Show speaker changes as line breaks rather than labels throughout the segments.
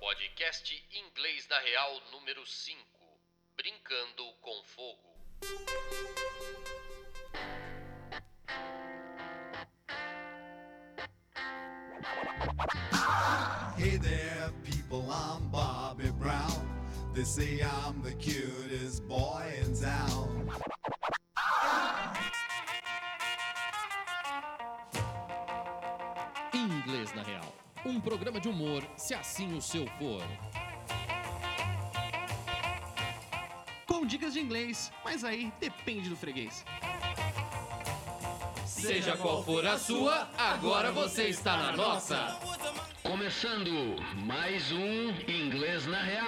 podcast Inglês na Real número 5, Brincando com Fogo.
Hey there, people, I'm Bobby Brown. They say I'm the cutest boy in town.
Inglês na Real, um programa de humor, se assim o seu for.
com dicas de inglês, mas aí depende do freguês.
Seja qual for a sua, agora você está na nossa. Começando mais um Inglês na Real.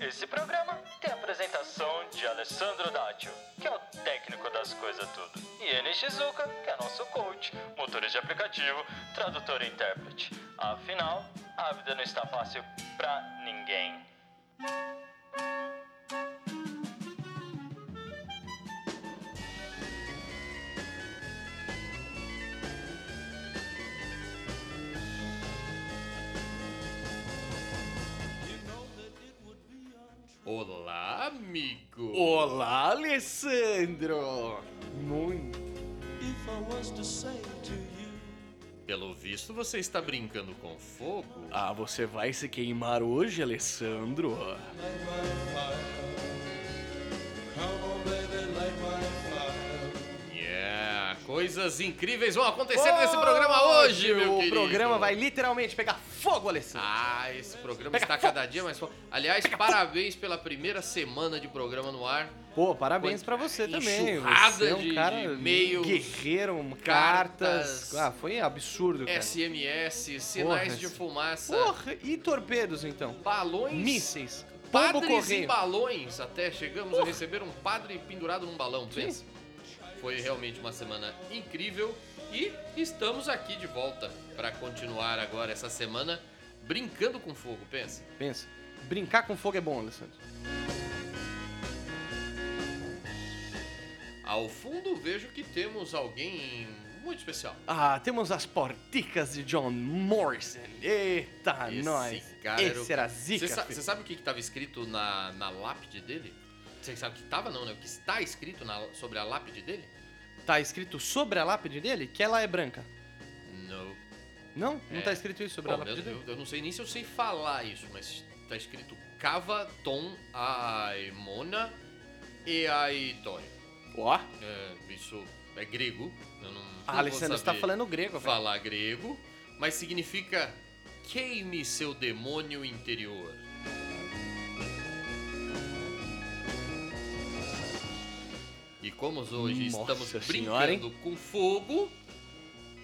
Esse programa tem a apresentação de Alessandro Dátio, que é o técnico das coisas tudo, e Eni Shizuka, que é nosso coach, motorista de aplicativo, tradutor e intérprete. Afinal, a vida não está fácil pra ninguém.
Olá, amigo.
Olá, Alessandro! Muito.
Pelo visto, você está brincando com fogo.
Ah, você vai se queimar hoje, Alessandro?
Yeah, coisas incríveis vão acontecer nesse programa hoje, meu
O
querido.
programa vai literalmente pegar fogo, Alessandro!
Ah, esse programa está cada dia mais forte. Aliás, parabéns pela primeira semana de programa no ar.
Pô, parabéns pra você também. Você é um
de-
cara
de e-mails,
guerreiro, um
cartas.
cartas. Ah, foi absurdo, cara.
SMS, sinais
Porra,
de fumaça,
Porra, e torpedos então?
balões,
Mísseis, pombo
padres e
correio.
balões. Até chegamos a receber um padre pendurado num balão, pensa. Foi realmente uma semana incrível e estamos aqui de volta para continuar agora essa semana brincando com fogo, pensa.
Pensa, brincar com fogo é bom, Alessandro.
Ao fundo vejo que temos alguém muito especial.
Ah, temos as porticas de John Morrison. Eita,
Esse
nós.
cara era o-
Esse era
Você
zica.
sa-
filho.
você sabe o que estava escrito na, na lápide dele? Você sabe o que estava não, né? O que está escrito na- sobre a lápide dele?
Tá escrito sobre a lápide dele que ela é branca.
Não.
Não? Não
É.
tá escrito isso sobre a
Bom,
lápide
eu,
dele?
eu- eu não sei nem se eu sei falar isso, mas está escrito Cava Tom Aemona e Aitória.
Ó,
É, isso é grego. Eu não, não
a Alessandro
vou
está
saber
tá falando grego, velho.
falar grego, mas significa queime seu demônio interior. E como hoje
Nossa
estamos
senhora,
brincando com fogo,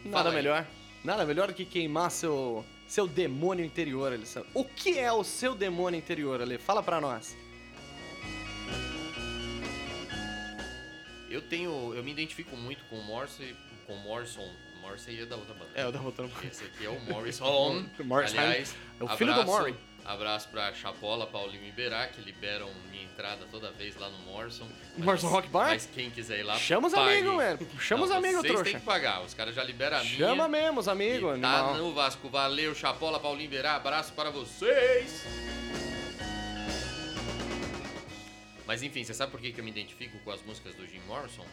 Fala
Nada
aí.
melhor. Nada melhor do que queimar seu, seu demônio interior, Alessandro. O que é o seu demônio interior, Ale? Fala pra nós.
eu tenho, eu me identifico muito com o Morse, com o Morrison, Morrison é da outra banda.
É, eu tava botando
Esse aqui é o Morrison.
Morrison.
Aliás,
É o filho do Morrie.
Abraço pra Chapola, Paulinho Iberá, que liberam minha entrada toda vez lá no Morrison. Mas-
Morrison Rock Bar?
Mas quem quiser ir lá,
Chama os
paguem.
amigos, mano. Chama os
Não,
amigos,
vocês têm
trouxa.
que pagar, os caras já liberam a minha.
Chama mesmo os
e
amigos.
Tá
animal.
no Vasco. Valeu, Chapola, Paulinho Iberá, abraço para vocês. Mas enfim, você sabe por que que eu me identifico com as músicas do Jim Morrison?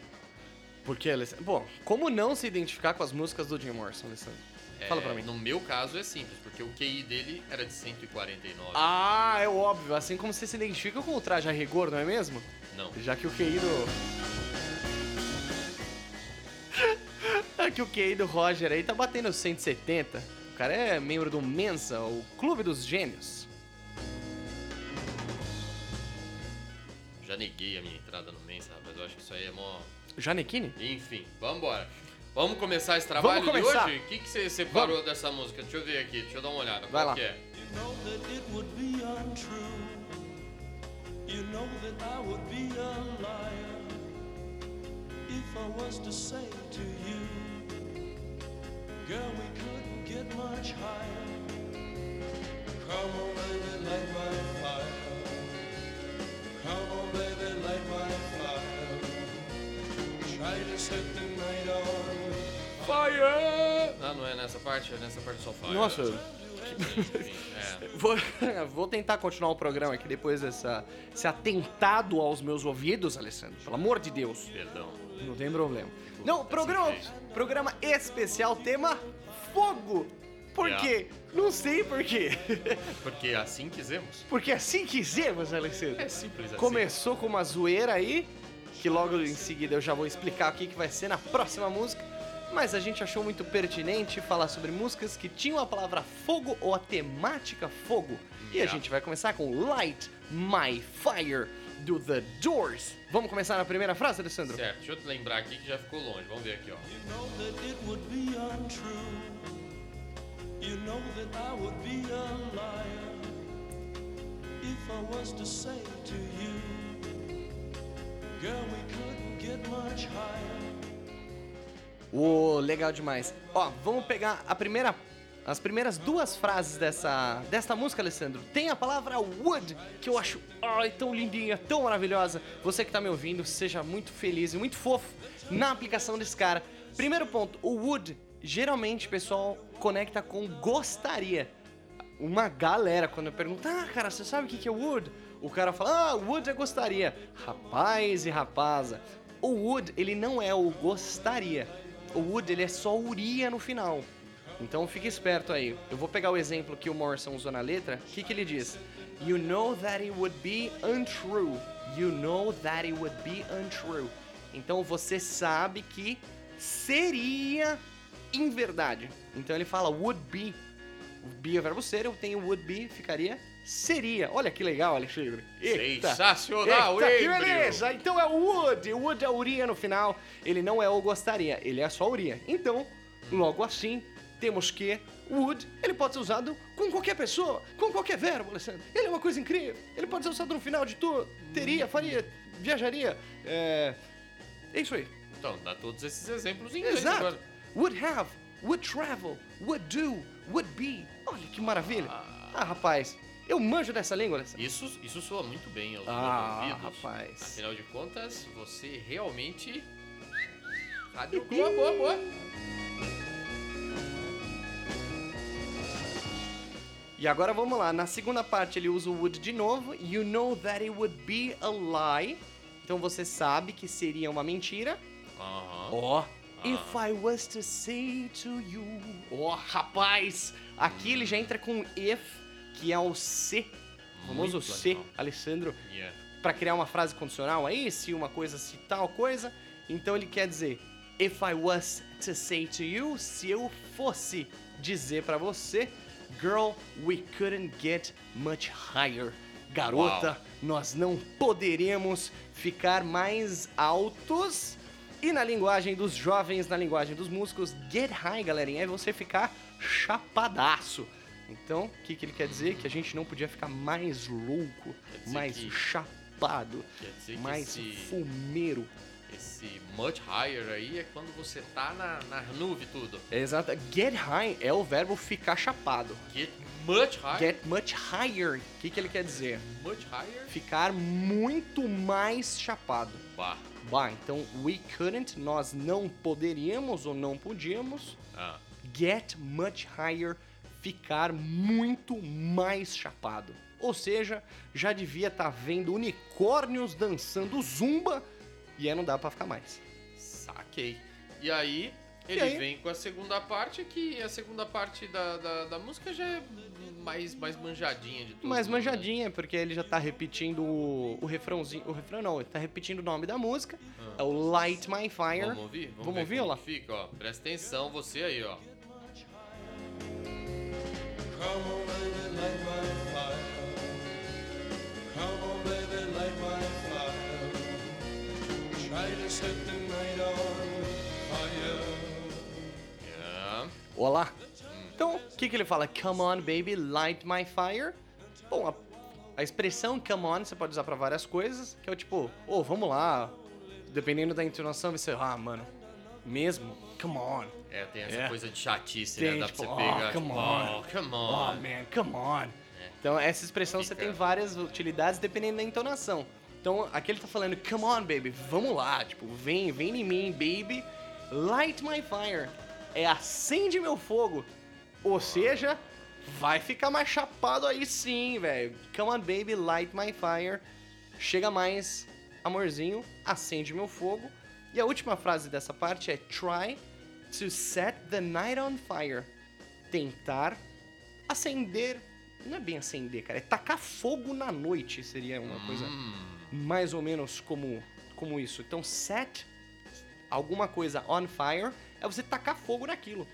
Por que, Alessandro? Bom, como não se identificar com as músicas do Jim Morrison, Alessandro? Fala
É,
pra mim.
No meu caso é simples, porque o QI dele era de 149.
Ah, é óbvio. Assim como você se identifica com o traje a rigor, não é mesmo?
Não.
Já que o QI do. Já É que o QI do Roger aí tá batendo 170. O cara é membro do Mensa, o Clube dos Gênios.
Já neguei a minha entrada no Mensa, rapaz. Eu acho que isso aí é mó.
Janequine?
Enfim, vambora. Vamos começar esse trabalho
começar.
de hoje? O que, que você separou dessa música? Deixa eu ver aqui, deixa eu dar uma olhada.
Vai
Qual
lá.
que é? fire! Ah, não é nessa parte? É nessa parte Ah, só fire.
Nossa.
Enfim, é.
Vou, vou tentar continuar o programa aqui depois dessa, desse atentado aos meus ouvidos, Alessandro. Pelo amor de Deus.
Perdão.
Não tem problema. Não, programa, programa especial, tema fogo. Por
Yeah.
quê? Não sei por quê.
Porque assim quisemos.
Porque assim quisemos, Alessandro.
É simples assim.
Começou com uma zoeira aí, que logo em seguida eu já vou explicar o que que vai ser na próxima música. Mas a gente achou muito pertinente falar sobre músicas que tinham a palavra fogo ou a temática fogo. E a
Yeah.
gente vai começar com Light My Fire do The Doors. Vamos começar na primeira frase, Alessandro?
Certo, deixa eu te lembrar aqui que já ficou longe. Vamos ver aqui, ó.
You know that it would be untrue. You know that I would be a liar if I was to say to you, girl, we couldn't get much higher.
Ô, legal demais. Ó, vamos pegar a primeira. As primeiras duas frases dessa, dessa música, Alessandro, tem a palavra would, que eu acho ai, tão lindinha, tão maravilhosa. Você que tá me ouvindo, seja muito feliz e muito fofo na aplicação desse cara. Primeiro ponto, o would, geralmente, o pessoal, conecta com gostaria uma galera, quando eu pergunto, ah, cara, você sabe o que que é Wood? O cara fala, ah, Wood é gostaria. Rapaz e rapaza, o Wood, ele não é o gostaria. O Wood, ele é só uria no final. Então fique esperto aí. Eu vou pegar o exemplo que o Morrison usou na letra. O que, que ele diz? You know that it would be untrue. You know that it would be untrue. Então você sabe que seria em verdade. Então ele fala would be be é verbo ser, eu tenho would be, ficaria seria. Olha que legal, Alexandre.
Sensacional,
Eita, que
Embryo.
beleza! Então é o would, would é uria no final. Ele não é o gostaria, ele é só uria. Então, logo assim, temos que would, ele pode ser usado com qualquer pessoa, com qualquer verbo, Alessandro. Ele é uma coisa incrível. Ele pode ser usado no final de tudo. Teria, faria, viajaria. É, é isso aí.
Então, dá todos esses exemplos em inglês
Exato.
agora.
Would have, would travel, would do, would be. Olha que maravilha. Ah, rapaz, eu manjo dessa língua, Alessandro.
Isso, isso soa muito bem aos
Ah,
meus ouvidos.
rapaz.
Afinal de contas, você realmente. Rádio boa, é boa, boa.
E agora vamos lá. Na segunda parte ele usa o would de novo. You know that it would be a lie. Então você sabe que seria uma mentira.
Aham.
Ó. If I was to say to you. Ó, rapaz! Aqui ele já entra com if, que é o C. O famoso
Muito
C,
legal.
Alessandro.
Yeah.
Pra criar uma frase condicional aí, se uma coisa, se tal coisa. Então ele quer dizer, if I was to say to you, se eu fosse dizer pra você, girl, we couldn't get much higher. Garota,
Uau.
nós não poderemos ficar mais altos. E na linguagem dos jovens, na linguagem dos músicos, get high, galerinha, é você ficar chapadaço. Então, o que, que ele quer dizer? Que a gente não podia ficar mais louco,
Quer dizer
mais
que-
chapado,
Quer dizer que
mais um
esse-
fumeiro.
Esse much higher aí é quando você tá na, na nuvem tudo.
É, Exato. Get high é o verbo ficar chapado.
Get much higher.
Get much higher. O que, que ele quer dizer?
Much higher.
Ficar muito mais chapado.
Bah.
Bah, então we couldn't, nós não poderíamos ou não podíamos
Ah.
get much higher, ficar muito mais chapado. Ou seja, já devia estar vendo unicórnios dançando zumba e aí não dá pra ficar mais.
Saquei. E aí, ele
aí?
vem com a segunda parte, que a segunda parte da, da, da música já é mais, mais manjadinha de tudo.
Mas
né?
manjadinha, porque ele já tá repetindo o, o refrãozinho. O refrão não, ele tá repetindo o nome da música. É o Light My Fire.
Ah. Vamos ouvir?
Vamos,
ver como
ouvir, olha lá?
que Fica, ó. Presta atenção, você aí, ó.
Come on, baby, light my fire. Come on, baby, light my fire. Try to set the night on fire.
Yeah.
Olá.
Hum.
Então, o que, que ele fala? Come on, baby, light my fire. Bom, a, a expressão come on você pode usar pra várias coisas, que é o tipo, ô, vamos lá. Dependendo da entonação, você, ah, mano, mesmo? Come on.
É, tem essa
É.
coisa de chatice,
Tem,
né? Dá
tipo,
pra
"Oh,
você pegar.
come
tipo,
on.
"Oh, come
Oh,
on.
man, come on. Então, essa expressão você
Fica.
tem várias utilidades dependendo da entonação. Então, aqui ele tá falando, come on, baby, vamos lá. Tipo, vem, vem em mim, baby. Light my fire. é acende meu fogo. Ou seja, vai ficar mais chapado aí sim, velho. Come on, baby, light my fire. Chega mais, amorzinho, acende meu fogo. E a última frase dessa parte é try to set the night on fire. Tentar acender. Não é bem acender, cara. É tacar fogo na noite seria uma coisa mais ou menos como, como isso. Então, set alguma coisa on fire é você tacar fogo naquilo.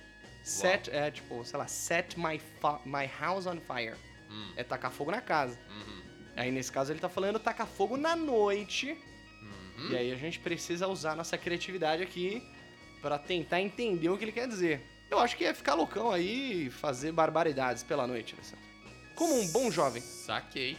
Set é tipo, sei lá, set my, fa- my house on fire. É tacar fogo na casa. Aí nesse caso ele tá falando tacar fogo na noite. E aí a gente precisa usar nossa criatividade aqui pra tentar entender o que ele quer dizer. Eu acho que é ficar loucão aí e fazer barbaridades pela noite, Alessandro. Como um bom jovem.
Saquei.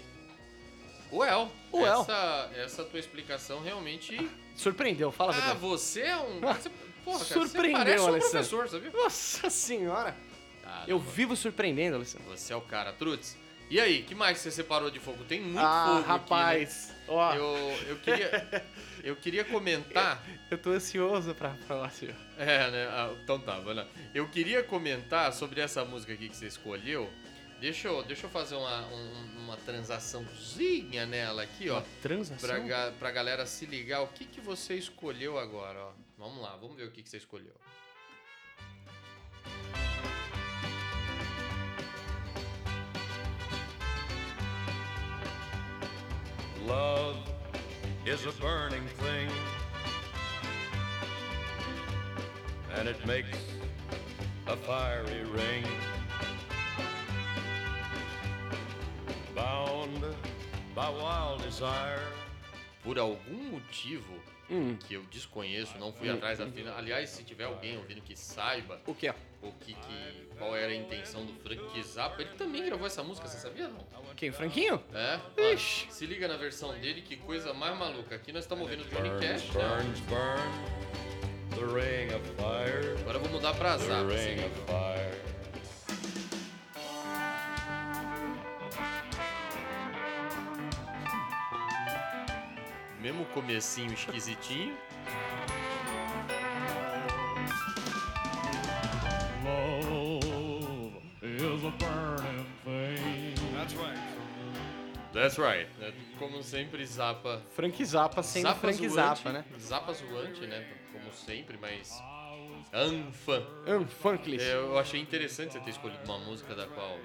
Well,
Well.
Essa, essa tua explicação realmente.
Surpreendeu, fala a
Ah,
verdade.
você é um.
Ah,
Você, porra, cara, você
surpreendeu,
parece um
Alessandro.
professor, sabia?
Nossa senhora!
Ah,
Eu
não,
vivo surpreendendo, Alessandro.
Você é o cara, Trutz. E aí, que mais você separou de fogo? Tem muito
ah,
fogo. aqui, né?
rapaz. Ó, eu...
Eu, eu queria. Eu queria comentar.
tô ansioso pra falar assim.
É, né? Ah, então tá, vai lá. Eu queria comentar sobre essa música aqui que você escolheu. Deixa eu, deixa eu fazer uma, um- uma transaçãozinha nela aqui, ó.
Transação?
Pra, ga, pra galera se ligar, o que, que você escolheu agora, ó. Vamos lá, vamos ver o que, que você escolheu.
Love is a burning thing, and it makes a fiery ring. Bound by wild desire,
Por algum motivo
Hum.
que eu desconheço, não fui atrás da fila. Aliás, se tiver alguém ouvindo que saiba
O que, ó?
o que, que qual era a intenção do Frank Zappa, ele também gravou essa música, você sabia não?
Quem? Franquinho?
É? ó,
Ixi.
Se liga na versão dele, que coisa mais maluca. Aqui nós estamos ouvindo Johnny
burns,
Cash, né?
burns, burn, the ring of fire,
Agora eu vou mudar pra assim.
the
Zappa. se
ring
liga.
of fire.
Mesmo comecinho esquisitinho.
Love is a burning thing. That's right.
That's right. né? Como sempre, Zappa
Frank Zappa sendo Frank
zoante,
Zappa, né?
Zappa zoante, né? Como sempre, mas. Anfã.
Um Funklis.
Eu achei interessante você ter escolhido uma música da qual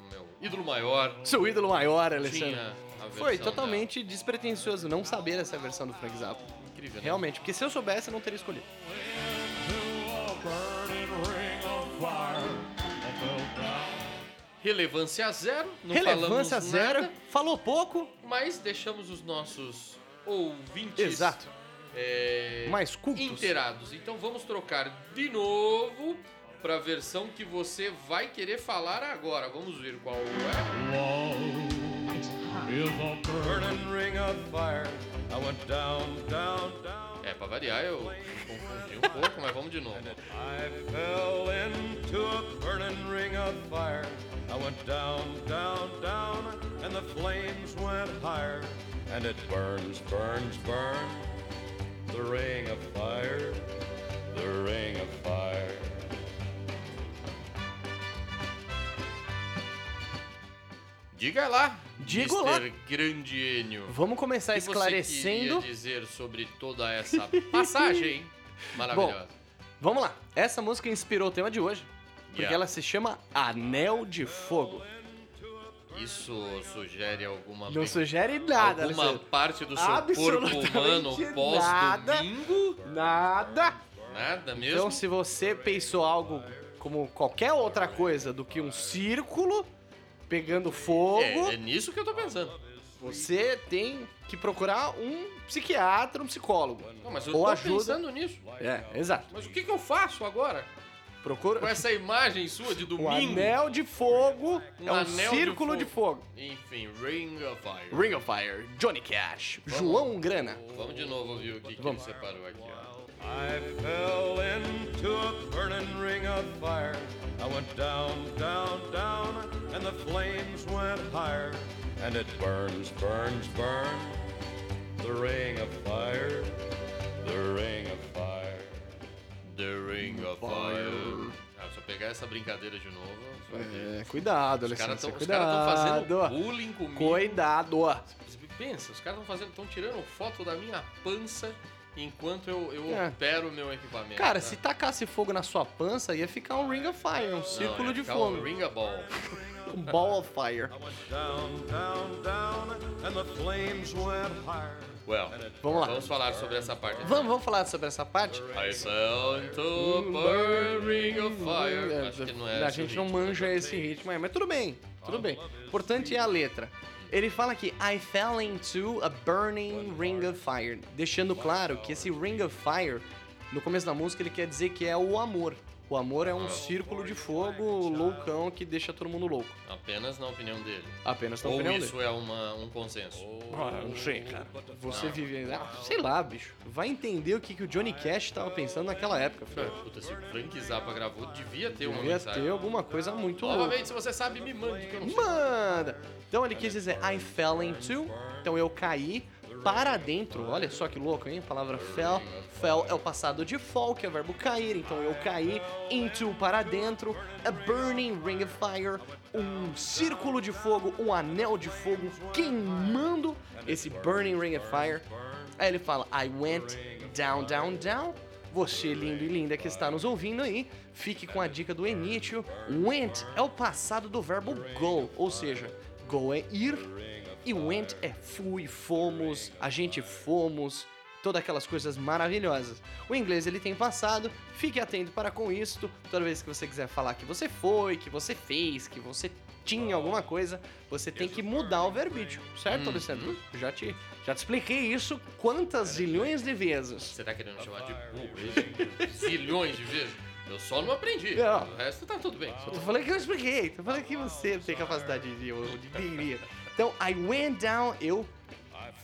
o meu ídolo maior
Seu ídolo maior,
tinha
Alessandro.
a versão
Foi totalmente despretensioso não saber essa versão do Frank Zappa.
dela. incrível. Né?
Realmente, porque se eu soubesse, eu não teria escolhido.
Relevância zero. Não
Relevância
falamos
zero,
nada,
falou pouco.
mas deixamos os nossos ouvintes.
Exato.
É,
Mais cultos.
inteirados. Então vamos trocar de novo para a versão que você vai querer falar agora. Vamos ver qual é.
Burning ring of fire. I went down, down, down,
É, para variar, eu confundi um pouco, mas vamos de novo.
and I fell into a burning ring of fire. I went down, down, down, and the flames went higher. And it burns, burns, burns. The ring of fire, the ring of fire.
Diga lá,
Digo
Mr. Grande Enio.
Vamos começar
O que
esclarecendo.
você queria dizer sobre toda essa passagem maravilhosa?
Vamos lá. Essa música inspirou o tema de hoje. Porque
Yeah.
ela se chama Anel de Fogo.
Isso sugere alguma
Não
pe-
sugere nada,
Tá alguma
Alessandro.
parte do seu corpo
Absolutamente
humano pós
nada.
domingo?
Nada!
Nada mesmo.
Então, se você pensou algo como qualquer outra coisa do que um círculo pegando fogo,
é, é nisso que eu tô pensando.
você tem que procurar um psiquiatra, um psicólogo.
Não, mas eu
Ou
tô
ajuda.
pensando nisso.
É, exato.
Mas o que, que eu faço agora com
Procura
essa imagem sua de
um
domingo?
anel de fogo,
Um
é um
anel de
círculo de fogo.
Enfim, Ring of Fire.
Ring of Fire, Johnny Cash, João Grana.
Vamos de novo ouvir o que, que ele
Vamos.
separou aqui, ó.
I fell into a burning ring of fire. I went down, down, down, and the flames went higher. And it burns, burns, burns. The ring of fire, the ring of fire.
The Ring of Fire.
Fire.
Ah, se eu pegar essa brincadeira de novo. eu-
É, cuidado,
Os caras
Alessandro.
estão
cuidado.
fazendo bullying comigo.
Cuidado.
Pensa, os caras estão fazendo, estão tirando foto da minha pança enquanto eu, eu
É.
opero o meu equipamento. né?
Cara, se tacasse fogo na sua pança, ia ficar um Ring of Fire, um
Não,
círculo
é
de
ficar
fogo.
Um ring a ball.
Um Ball of Fire.
Down, down, down, and the flames went higher.
Well,
Vamos lá.
Vamos falar sobre essa parte.
Vamos, vamos falar sobre essa parte?
I fell into a burning of fire. Acho que não é
a
esse o
gente não
ritmo,
manja
mas
esse ritmo aí, mas tudo bem,
Ah,
tudo bem. O importante é a letra. Ele fala aqui, I fell into a burning ring of fire. Deixando claro que esse ring of fire, no começo da música, ele quer dizer que é o amor. O amor
Ah,
é um círculo de fogo loucão que deixa todo mundo louco.
Apenas na opinião dele.
Apenas na
Ou
opinião
isso um
dele.
é uma, um consenso.
Ah, eu não sei, cara. Você vive. Ah, sei lá, bicho. Vai entender o que, que o Johnny Cash tava pensando naquela época, filho.
Puta, se o Frank Zappa gravou, devia ter uma
É. Devia
mensagem.
ter alguma coisa muito louca.
Novamente, se você sabe, me mande, que eu não sei.
Manda! Então ele quis dizer I fell into, então eu caí para dentro. Olha só que louco, hein? A palavra fell. Fell é o passado de fall, que é o verbo cair. Então eu caí into para dentro. A burning ring of fire. Um círculo de fogo, um anel de fogo queimando esse burning ring of fire. Aí ele fala I went down, down, down. Você lindo e linda que está nos ouvindo aí, fique com a dica do Enítio. Went é o passado do verbo go, ou seja, go é ir e went é fui, fomos, a gente fomos, todas aquelas coisas maravilhosas. O inglês ele tem passado, fique atento para com isto. Toda vez que você quiser falar que você foi, que você fez, que você tinha alguma coisa, você tem que mudar o verbídeo, certo, Alessandro? Já te, já te expliquei isso quantas zilhões de vezes.
Você tá querendo me chamar de burro? Zilhões de vezes? Eu só não aprendi.
Não.
O resto tá tudo bem.
Eu falei que eu expliquei. Eu falei que você tem capacidade de, de entender. Então, I went down, eu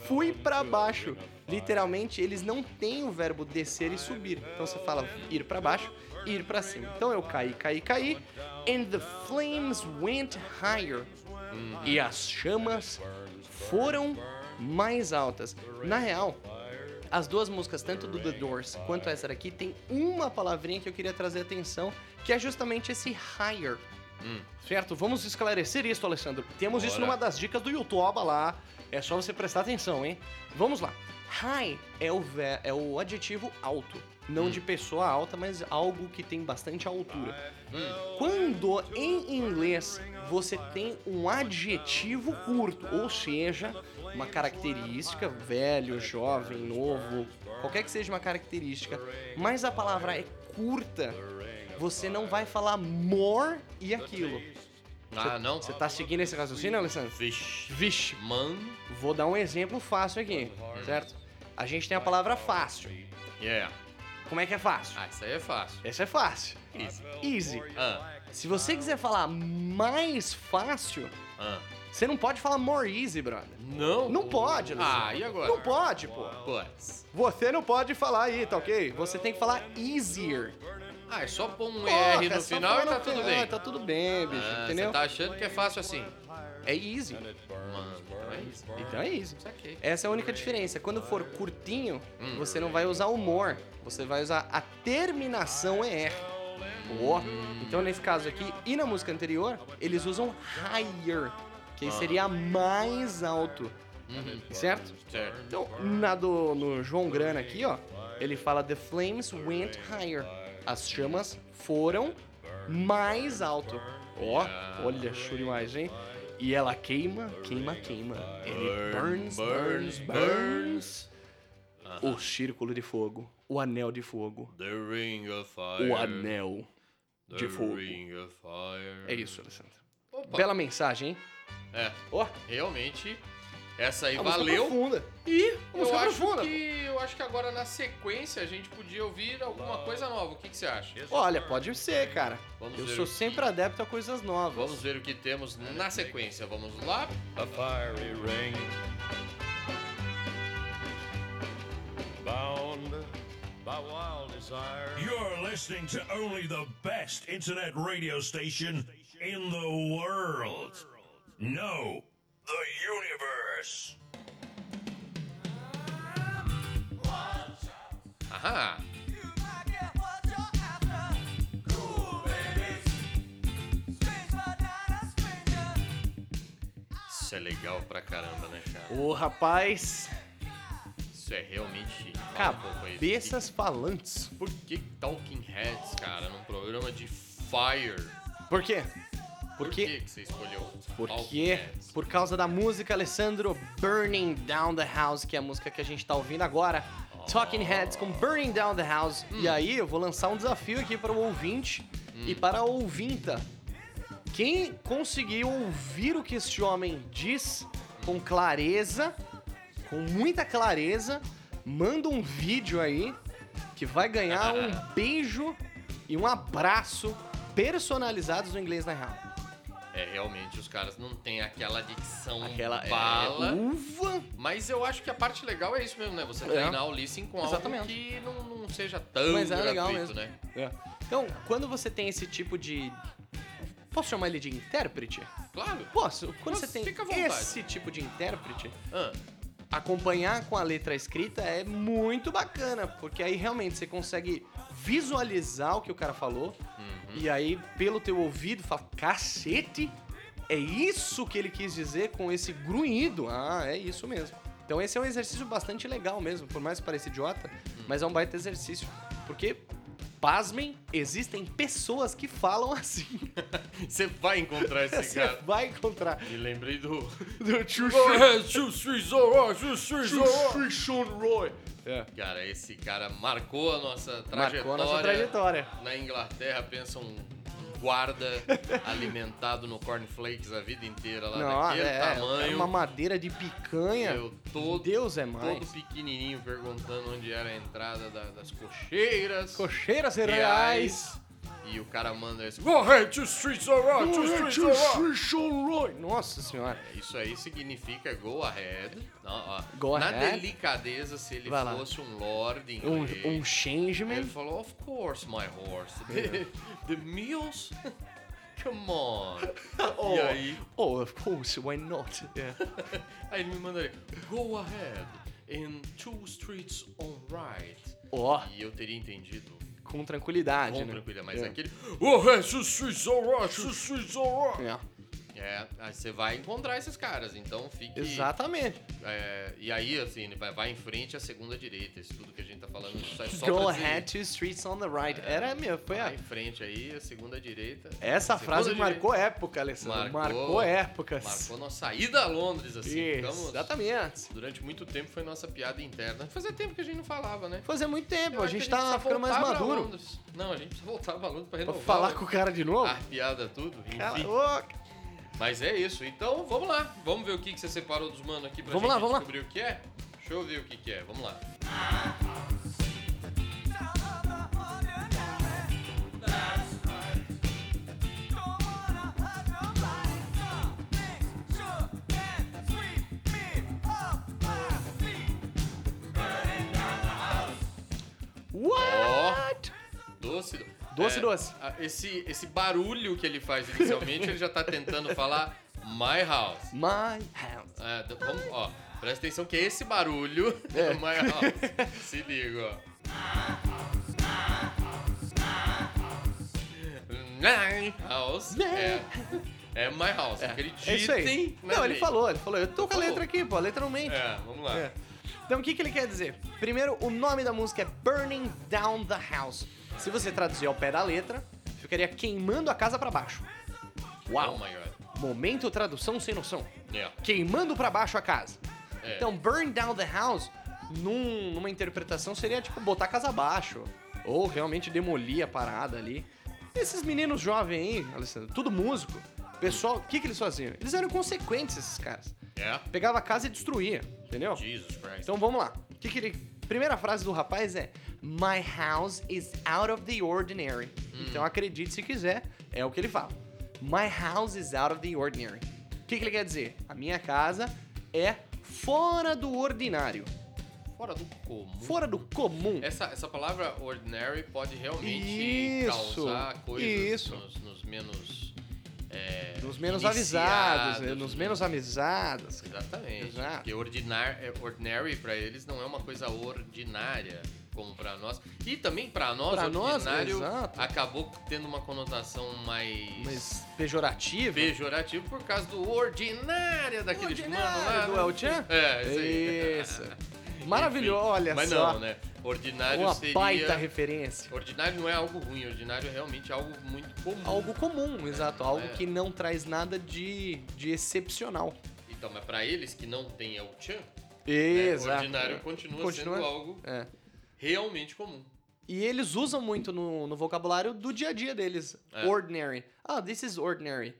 fui pra baixo. Literalmente, eles não têm o verbo descer e subir. Então você fala ir pra baixo, ir pra cima. Então eu caí, caí, caí. And the flames went higher. E as chamas foram mais altas. Na real, as duas músicas, tanto do The Doors quanto essa daqui, tem uma palavrinha que eu queria trazer atenção, que é justamente esse higher. Certo? Vamos esclarecer isso, Alessandro. Temos isso
Bora.
numa das dicas do YouTube lá. É só você prestar atenção, hein? Vamos lá. High é o, ve- é o adjetivo alto. Não de pessoa alta, mas algo que tem bastante altura. Quando em inglês você tem um adjetivo curto, ou seja, uma característica, velho, jovem, novo, qualquer que seja uma característica, mas a palavra é curta, você não vai falar more e aquilo.
Ah, não?
Você tá seguindo esse raciocínio, Alessandro?
Vixe.
Vixe,
Man.
vou dar um exemplo fácil aqui, certo? A gente tem a palavra fácil.
Yeah.
Como é que é fácil?
Ah, isso aí é fácil.
Essa é fácil.
Easy.
Easy.
Ah,
Se você quiser falar mais fácil,
ah.
Você não pode falar more easy, brother.
Não?
Não pode, Alessandro.
Ah, e agora?
Não pode, pô.
Puts.
Você não pode falar aí, tá ok? Você tem que falar easier.
Ah, é só pôr um
Porra,
ER
é
no
só
final
falar
e
no
tá tudo
final,
bem.
Tá tudo bem, bicho,
Ah,
entendeu?
Você tá achando que é fácil assim?
É easy.
Mano, não é isso.
Então é easy.
Saquei.
Essa é a única diferença. Quando for curtinho,
Hum.
você não vai usar o more. Você vai usar a terminação ER. Boa. Então, nesse caso aqui e na música anterior, eles usam higher,
Ah.
que seria mais alto.
Uhum.
Certo?
Certo.
Então, na do, no João Grana aqui, ó, ele fala The flames went higher. As chamas foram mais alto. Ó, olha, show demais, hein? E ela queima, queima, queima. Ele burns, burns, burns. O círculo de fogo, o anel de fogo,
The Ring of Fire.
o anel.
The
de fogo.
Ring of Fire.
É isso, Alessandro.
Opa.
Bela mensagem, hein?
É,
Ó,
realmente, essa aí
a música
valeu.
profunda.
E
A
eu
música
acho,
profunda.
que, eu acho que agora na sequência a gente podia ouvir alguma coisa nova. O que, que você acha?
Olha, pode ser, cara.
Vamos
Eu
ver
sou
o que-
sempre adepto a coisas novas.
Vamos ver o é que temos na sequência. Vamos lá.
a fiery ring. Bound by wild desire.
You're listening to only the best internet radio station in the world. No, the universe.
Aham.
You might get what you're
Isso é legal pra caramba, né, cara?
Ô, rapaz,
Isso é realmente chique. Fala um pouco aí do que-
cabeças falantes.
Por que Talking Heads, cara, num programa de Fire?
Por quê?
Por,
quê?
que, que você escolheu Talking
Porque, é
Heads?
por causa da música Alessandro Burning Down the House, que é a música que a gente tá ouvindo agora. Talking Heads com Burning Down the House. E aí eu vou lançar um desafio aqui para o ouvinte e para a ouvinta. Quem conseguir ouvir o que este homem diz com clareza, com muita clareza, manda um vídeo aí que vai ganhar um beijo e um abraço personalizados no inglês na real.
É, realmente, os caras não têm aquela dicção
Aquela é,
bala.
uva.
Mas eu acho que a parte legal é isso mesmo, né? Você
É.
treinar o listening com algo
Exatamente.
que não, não seja tão
Mas é
gratuito,
legal mesmo.
né?
Então, quando você tem esse tipo de. Posso chamar ele de intérprete?
Claro.
Posso. Quando
Nossa,
você tem
fica à vontade.
esse tipo de intérprete,
Ah,
acompanhar com a letra escrita é muito bacana, porque aí realmente você consegue visualizar o que o cara falou,
Uhum.
e aí pelo teu ouvido fala, cacete, é isso que ele quis dizer com esse grunhido. Ah, é isso mesmo. Então esse é um exercício bastante legal mesmo, por mais que pareça idiota,
Uhum.
mas é um baita exercício, porque... Pasmem, existem pessoas que falam assim.
você vai encontrar esse
Você Ah,
cara.
vai encontrar.
E lembrei do.
Do Chu Sean Roy. É.
Cara, esse cara marcou a nossa trajetória.
Marcou a nossa trajetória.
Na Inglaterra, pensa um guarda alimentado no cornflakes a vida inteira lá
Não,
daquele
é,
tamanho.
é uma madeira de picanha.
Eu todo,
Deus é
todo
mais.
pequenininho perguntando onde era a entrada da- das cocheiras.
Cocheiras reais.
E o cara manda esse. Go ahead, two streets are right, two streets are right."
Nossa senhora.
Isso aí significa go ahead. Não, ó.
Go
Na
ahead.
delicadeza, se ele
Vai lá.
fosse um lord
Um,
inglês.
um
Ele
changeman.
falou, of course, my horse. The, the mules? Come on.
Oh,
E aí,
Oh, of course, why not?
aí ele me mandaria, go ahead and two streets on right.
Ó,
E eu teria entendido
com tranquilidade,
com
né?
tranquilidade, mas
Ah. É.
aquele, oh, hey, two streets on right, two streets on right.
É,
É, aí você vai encontrar esses caras, então fique...
Exatamente.
é, e aí, assim, ele vai, vai em frente à segunda direita, isso tudo que a gente tá falando. Só, só
Go
pra dizer,
ahead, two streets on the right. Era meu, foi
Vai
a...
em frente aí, a segunda direita.
Essa
segunda
frase
direita.
marcou época, Alessandro. Marcou, épocas.
Marcou nossa ida a Londres, assim.
Isso,
ficamos-
exatamente.
durante muito tempo foi nossa piada interna. Fazia tempo que a gente não falava, né?
Fazia muito tempo,
Eu
a
acho
gente
que
tá
precisa
ficando mais
voltar pra
maduro.
Londres. Não, a gente precisa voltar pra Londres pra
Pra
renovar.
falar com o cara de novo?
a piada, tudo. enfim.
Cara, ô,
Mas é isso. Então, vamos lá. Vamos ver o que, que você separou dos manos aqui pra
Vamos
gente
lá, vamos lá.
descobrir o que é. Deixa eu ver o que, que é. Vamos lá.
What?
Doce, do- é,
Doce, doce.
a- Esse, esse barulho que ele faz inicialmente, ele já tá tentando falar My House.
My house.
É, d- vamos, ó, presta atenção que é esse barulho
É.
é. maior. Ó, se liga, ó. My house. É, é my house. Acreditem
É isso aí.
na
Não, ele
lei.
falou, ele falou. Eu tô com a
Falou.
letra aqui, pô, a letra não mente.
É, vamos lá.
É. Então o que, que ele quer dizer? Primeiro, o nome da música é Burning Down the House. Se você traduzir ao pé da letra, ficaria queimando a casa pra baixo.
Oh
Uau!
my god.
Momento tradução sem noção.
Yeah.
Queimando pra baixo a casa.
É.
Então, burn down the house, num- numa interpretação, seria tipo botar a casa abaixo. Ou realmente demolir a parada ali. Esses meninos jovens aí, Alessandro, tudo músico. Pessoal, o que, que eles faziam? Eles eram consequentes, esses caras.
Yeah.
Pegava a casa e destruía, entendeu?
Jesus Christ.
Então vamos lá. O que, que ele. Primeira frase do rapaz é: My house is out of the ordinary. Então acredite se quiser, é o que ele fala. My house is out of the ordinary. O que, que ele quer dizer? A minha casa é fora do ordinário,
Fora do comum.
fora do comum.
Essa, essa palavra ordinary pode realmente
Isso,
causar coisas
isso.
Nos, nos menos. é,
nos menos
iniciados,
avisados, né? nos menos avisados.
Exatamente.
Exato.
Porque ordinar, é- ordinary pra eles não é uma coisa ordinária como pra nós. E também pra nós,
Pra nós,
ordinário,
exato.
acabou tendo uma conotação mais
Mas pejorativo.
pejorativo por causa do ordinária daquele mano lá.
do
né?
El Chan?
É, isso aí.
Isso. Maravilhoso,
Enfim,
olha
Mas
só.
não, né? Ordinário
Uma
seria...
baita referência.
Ordinário não é algo ruim, ordinário é realmente algo muito comum.
Algo comum, exato. Algo
É.
que não traz nada de, de excepcional.
Então, mas pra eles que não tem El Chan, né,
Exato.
ordinário continua, sendo algo
É.
realmente comum.
E eles usam muito no, no vocabulário do dia a dia deles.
É.
Ordinary. Ah, this is ordinary.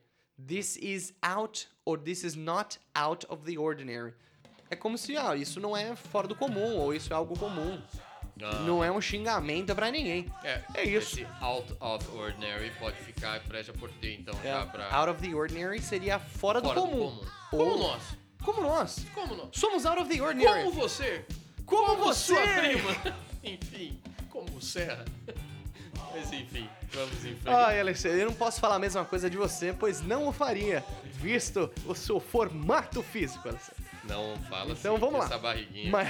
This is out or this is not out of the ordinary. É como se, ah, isso não é fora do comum ou isso é algo comum.
Ah,
Não é um xingamento pra ninguém.
É,
é isso.
Esse out of ordinary pode ficar pré-japortê, então,
É,
já pra...
Out of the ordinary seria fora,
fora
do comum.
Como
Ou-
nós.
Como nós.
Como nós.
Somos out of the ordinary.
Como você.
Como
Sua prima. enfim, como o Serra. Mas enfim, vamos em frente.
Ai, Alexandre, eu não posso falar a mesma coisa de você, pois não o faria, visto o seu formato físico, Alexandre.
Não fala
Então
assim,
vamos lá.
essa barriguinha
Mas...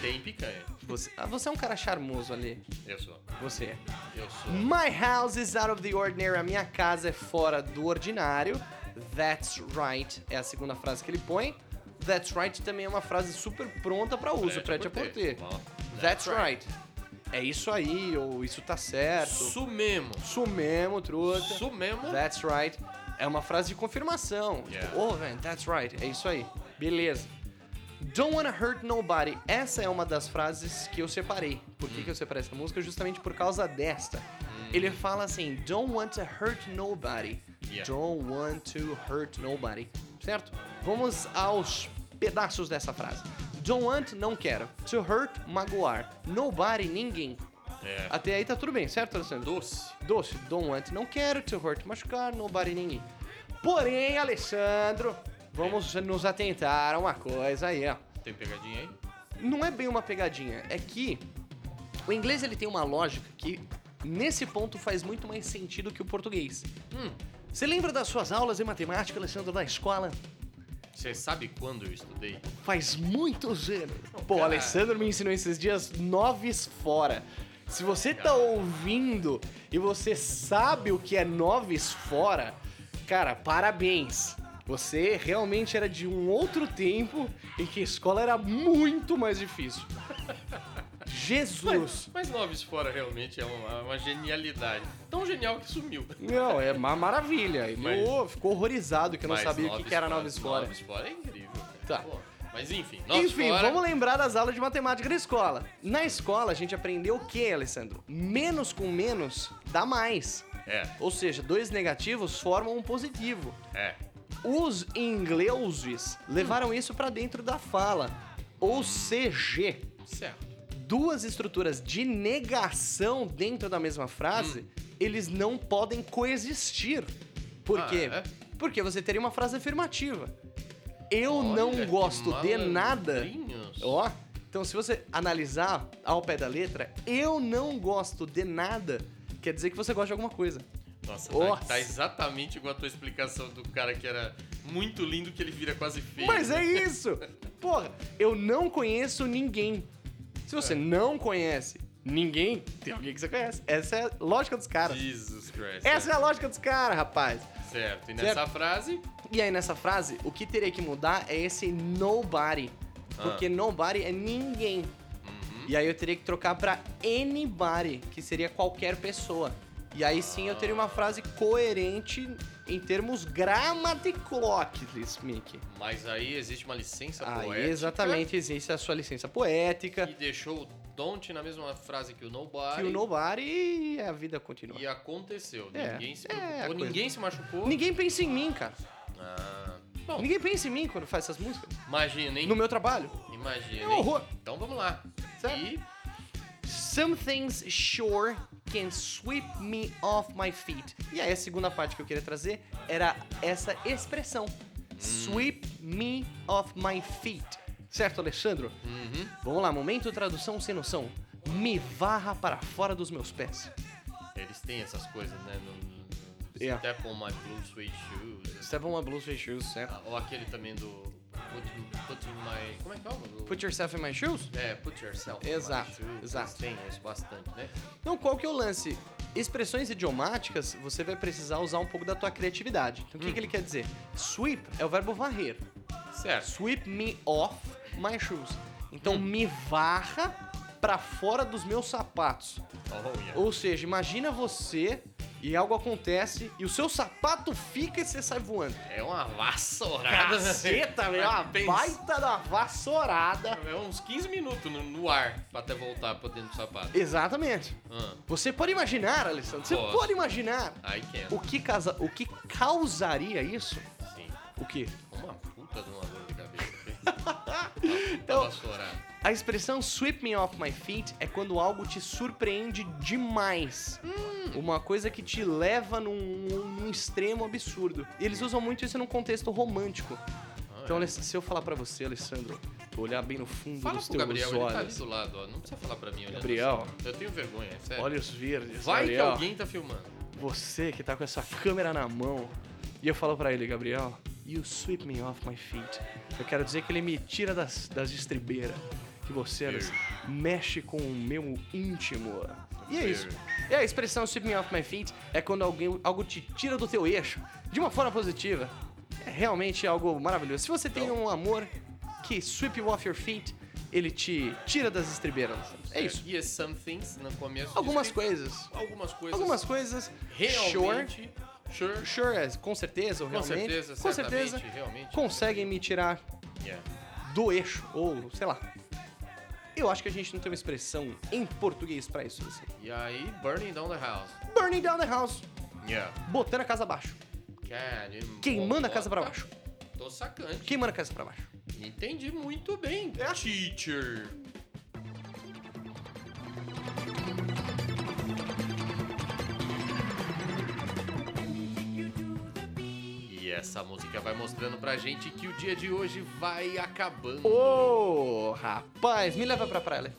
tem picanha.
você, ah, você é um cara charmoso ali.
Eu sou.
Você é.
Eu sou.
My house is out of the ordinary. A minha casa é fora do ordinário. That's right. É a segunda frase que ele põe. That's right também é uma frase super pronta pra uso, pra te
Pré-japortê.
aporter.
Bom,
That's right. É isso aí, ou isso tá certo.
Isso mesmo.
Isso mesmo, truta.
Isso mesmo.
That's right. É uma frase de confirmação.
Yeah.
Tipo, oh, man, that's right. É isso aí. Beleza. Don't wanna hurt nobody. Essa é uma das frases que eu separei. Por
Hum.
que, que eu separei essa música? Justamente por causa desta. Ele fala assim: Don't want to hurt nobody.
Yeah.
Don't want to hurt nobody. Certo? Vamos aos pedaços dessa frase. Don't want, não quero. To hurt, magoar. Nobody, ninguém.
É.
Até aí tá tudo bem, certo, Alessandro?
Doce.
Doce, don't want, não quero, to hurt, machucar, nobody, ninguém. Porém, Alessandro, vamos nos atentar a uma coisa aí, ó.
Tem pegadinha aí?
Não é bem uma pegadinha, é que o inglês ele tem uma lógica que nesse ponto faz muito mais sentido que o português.
Hum.
Você lembra das suas aulas de matemática, Alessandro, da escola?
Você sabe quando eu estudei?
Faz muitos anos. Pô, o
cara.
Alessandro me ensinou esses dias noves fora. Se você tá ouvindo e você sabe o que é noves fora, cara, parabéns. Você realmente era de um outro tempo em que a escola era muito mais difícil. Jesus!
Mas Noves Fora realmente é uma, uma genialidade. Tão genial que sumiu.
Não, é uma maravilha.
Mas-
Eu fico horrorizado que eu não
Mas
sabia o que, que era noves fora.
Noves Fora é incrível, cara.
Tá.
Pô, mas enfim, Noves
Enfim,
Fora...
vamos lembrar das aulas de matemática da escola. Na escola, a gente aprendeu o que, Alessandro? Menos com menos dá mais.
É,
Ou seja, dois negativos formam um positivo.
é.
Os ingleses levaram isso pra dentro da fala. Ou seja,
Certo.
duas estruturas de negação dentro da mesma frase,
Hum.
eles não podem coexistir. Por
Ah,
quê?
é?
Porque você teria uma frase afirmativa. Eu
Olha, que
não gosto de nada.
malandrinhos.
Ó, então se você analisar ao pé da letra, eu não gosto de nada, quer dizer que você gosta de alguma coisa.
Nossa,
Nossa.
Tá, tá exatamente igual a tua explicação do cara que era muito lindo que ele vira quase feio.
Mas é isso! Porra, eu não conheço ninguém. Se
É.
você não conhece ninguém, tem alguém que você conhece. Essa é a lógica dos caras.
Jesus Christ. né?
Essa é a lógica dos caras, rapaz.
Certo. E nessa
Certo.
frase,
E aí nessa frase, o que teria que mudar é esse nobody.
Ah.
Porque nobody é ninguém.
Uhum.
E aí eu teria que trocar pra anybody, que seria qualquer pessoa. E aí sim eu
Ah.
teria uma frase coerente em termos gramaticlóquicos, Mickey.
mas aí existe uma licença
Aí
poética.
exatamente existe a sua licença poética.
E deixou o don't na mesma frase que o nobody.
Que o nobody e a vida continua.
E aconteceu.
É,
Ninguém se
é a
preocupou,
coisa.
ninguém se machucou.
Ninguém pensa em mim, cara.
Ah, bom,
Ninguém pensa em mim quando faz essas músicas.
imagina, hein?
No meu trabalho.
Imagina,
É um
hein?
horror.
Então vamos lá.
Certo.
E
Some things sure can sweep me off my feet. E aí a segunda parte que eu queria trazer era essa expressão. Sweep me off my feet. Certo, Alexandro? Vamos lá, momento tradução sem noção. Me varra para fora dos meus pés.
eles têm essas coisas, né? No, no-
Yeah.
Step on my blue suede shoes.
Step on my blue suede shoes, certo?
Ah, Ou aquele também do Put, put my. Como é que é o nome?
Put yourself in my shoes?
É, put yourself.
Exato,
Mas, uh,
exato.
Tem isso bastante, né?
Então, qual que é o lance? Expressões idiomáticas, você vai precisar usar um pouco da tua criatividade. Então, o que, que ele quer dizer? Sweep é o verbo varrer.
Certo.
Sweep me off my shoes. Então, me varra pra fora dos meus sapatos.
Olha.
Ou seja, imagina você e algo acontece e o seu sapato fica e você sai voando.
É uma vassourada.
Caceta, velho, uma
Mas pensa-
baita da vassourada.
É uns 15 minutos no, no ar pra até voltar pra dentro do sapato.
Exatamente.
Ah,
Você pode imaginar, Alessandro, você
Posso.
pode imaginar
I can.
o que, casa, o que causaria isso?
Sim.
O que?
Uma puta de uma dor de cabeça. Então,
Então, a expressão sweep me off my feet é quando algo te surpreende demais.
Hum.
Uma coisa que te leva num, num extremo absurdo. E eles usam muito isso num contexto romântico.
Ah,
Então, Aless- se eu falar pra você, Alessandro, olhar bem no fundo
é. Fala
dos
pro
teus
Gabriel, ele tá ali
olhos.
do lado, ó. Não precisa falar pra mim olhando
Gabriel.
assim. Eu tenho vergonha, é sério.
Olhos verdes.
Vai que
Gabriel.
alguém tá filmando.
Você que tá com essa câmera na mão. E eu falo pra ele, Gabriel, you sweep me off my feet. Eu quero dizer que ele me tira das, das estribeiras. Que você Alex, mexe com o meu íntimo. E é isso. E a expressão sweep me off my feet é quando alguém, algo te tira do teu eixo. De uma forma positiva. É realmente algo maravilhoso. Se você tem um amor que sweep you off your feet, ele te tira das estribeiras. É isso.
E some things no começo.
Algumas
disso,
coisas.
tem Algumas coisas.
Algumas coisas. Sure.
Realmente. Sure.
Sure, é, com certeza, ou
Com
realmente.
certeza,
com
certamente,
certeza.
realmente.
Conseguem me tirar
Yeah.
do eixo, ou sei lá. Eu acho que a gente não tem uma expressão em português pra isso. Assim.
E aí, burning down the house.
Burning down the house.
Yeah.
Botando a casa abaixo.
Caramba.
Queimando a casa pra baixo.
Tô sacante.
Queimando a casa pra baixo.
Entendi muito bem.
É
Teacher. E essa música vai mostrando pra gente que o dia de hoje vai acabando.
Ô, rapaz, me leva pra praia. Lê.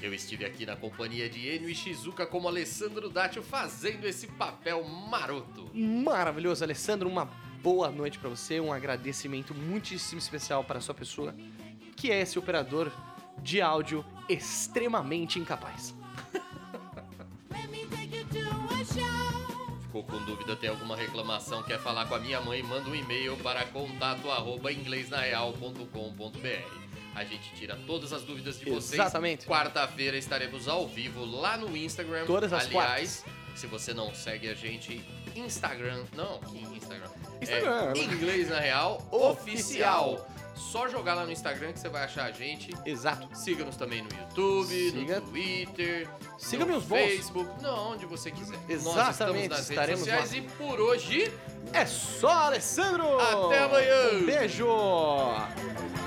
Eu estive aqui na companhia de Enio e Shizuka como Alessandro Dátio fazendo esse papel maroto.
Maravilhoso, Alessandro. Uma boa noite pra você. Um agradecimento muitíssimo especial para a sua pessoa, que é esse operador de áudio extremamente incapaz.
Ficou com dúvida, tem alguma reclamação, quer falar com a minha mãe, manda um e-mail para contato arroba inglesnareal.com.br. A gente tira todas as dúvidas de vocês.
Exatamente.
Quarta-feira estaremos ao vivo lá no Instagram.
Todas as
Aliás, se você não segue a gente, Instagram. Não, que Instagram.
Instagram. né?
É, Inglês na Real
Oficial.
Oficial. Só jogar lá no Instagram que você vai achar a gente.
Exato.
Siga-nos também no YouTube,
Siga.
no Twitter,
Siga
no
meus bons.
Facebook, não, onde você quiser. Nós estamos
Exatamente,
nas redes
estaremos
sociais
lá.
e por hoje.
É só, Alessandro!
Até amanhã.
Um beijo!
Bye.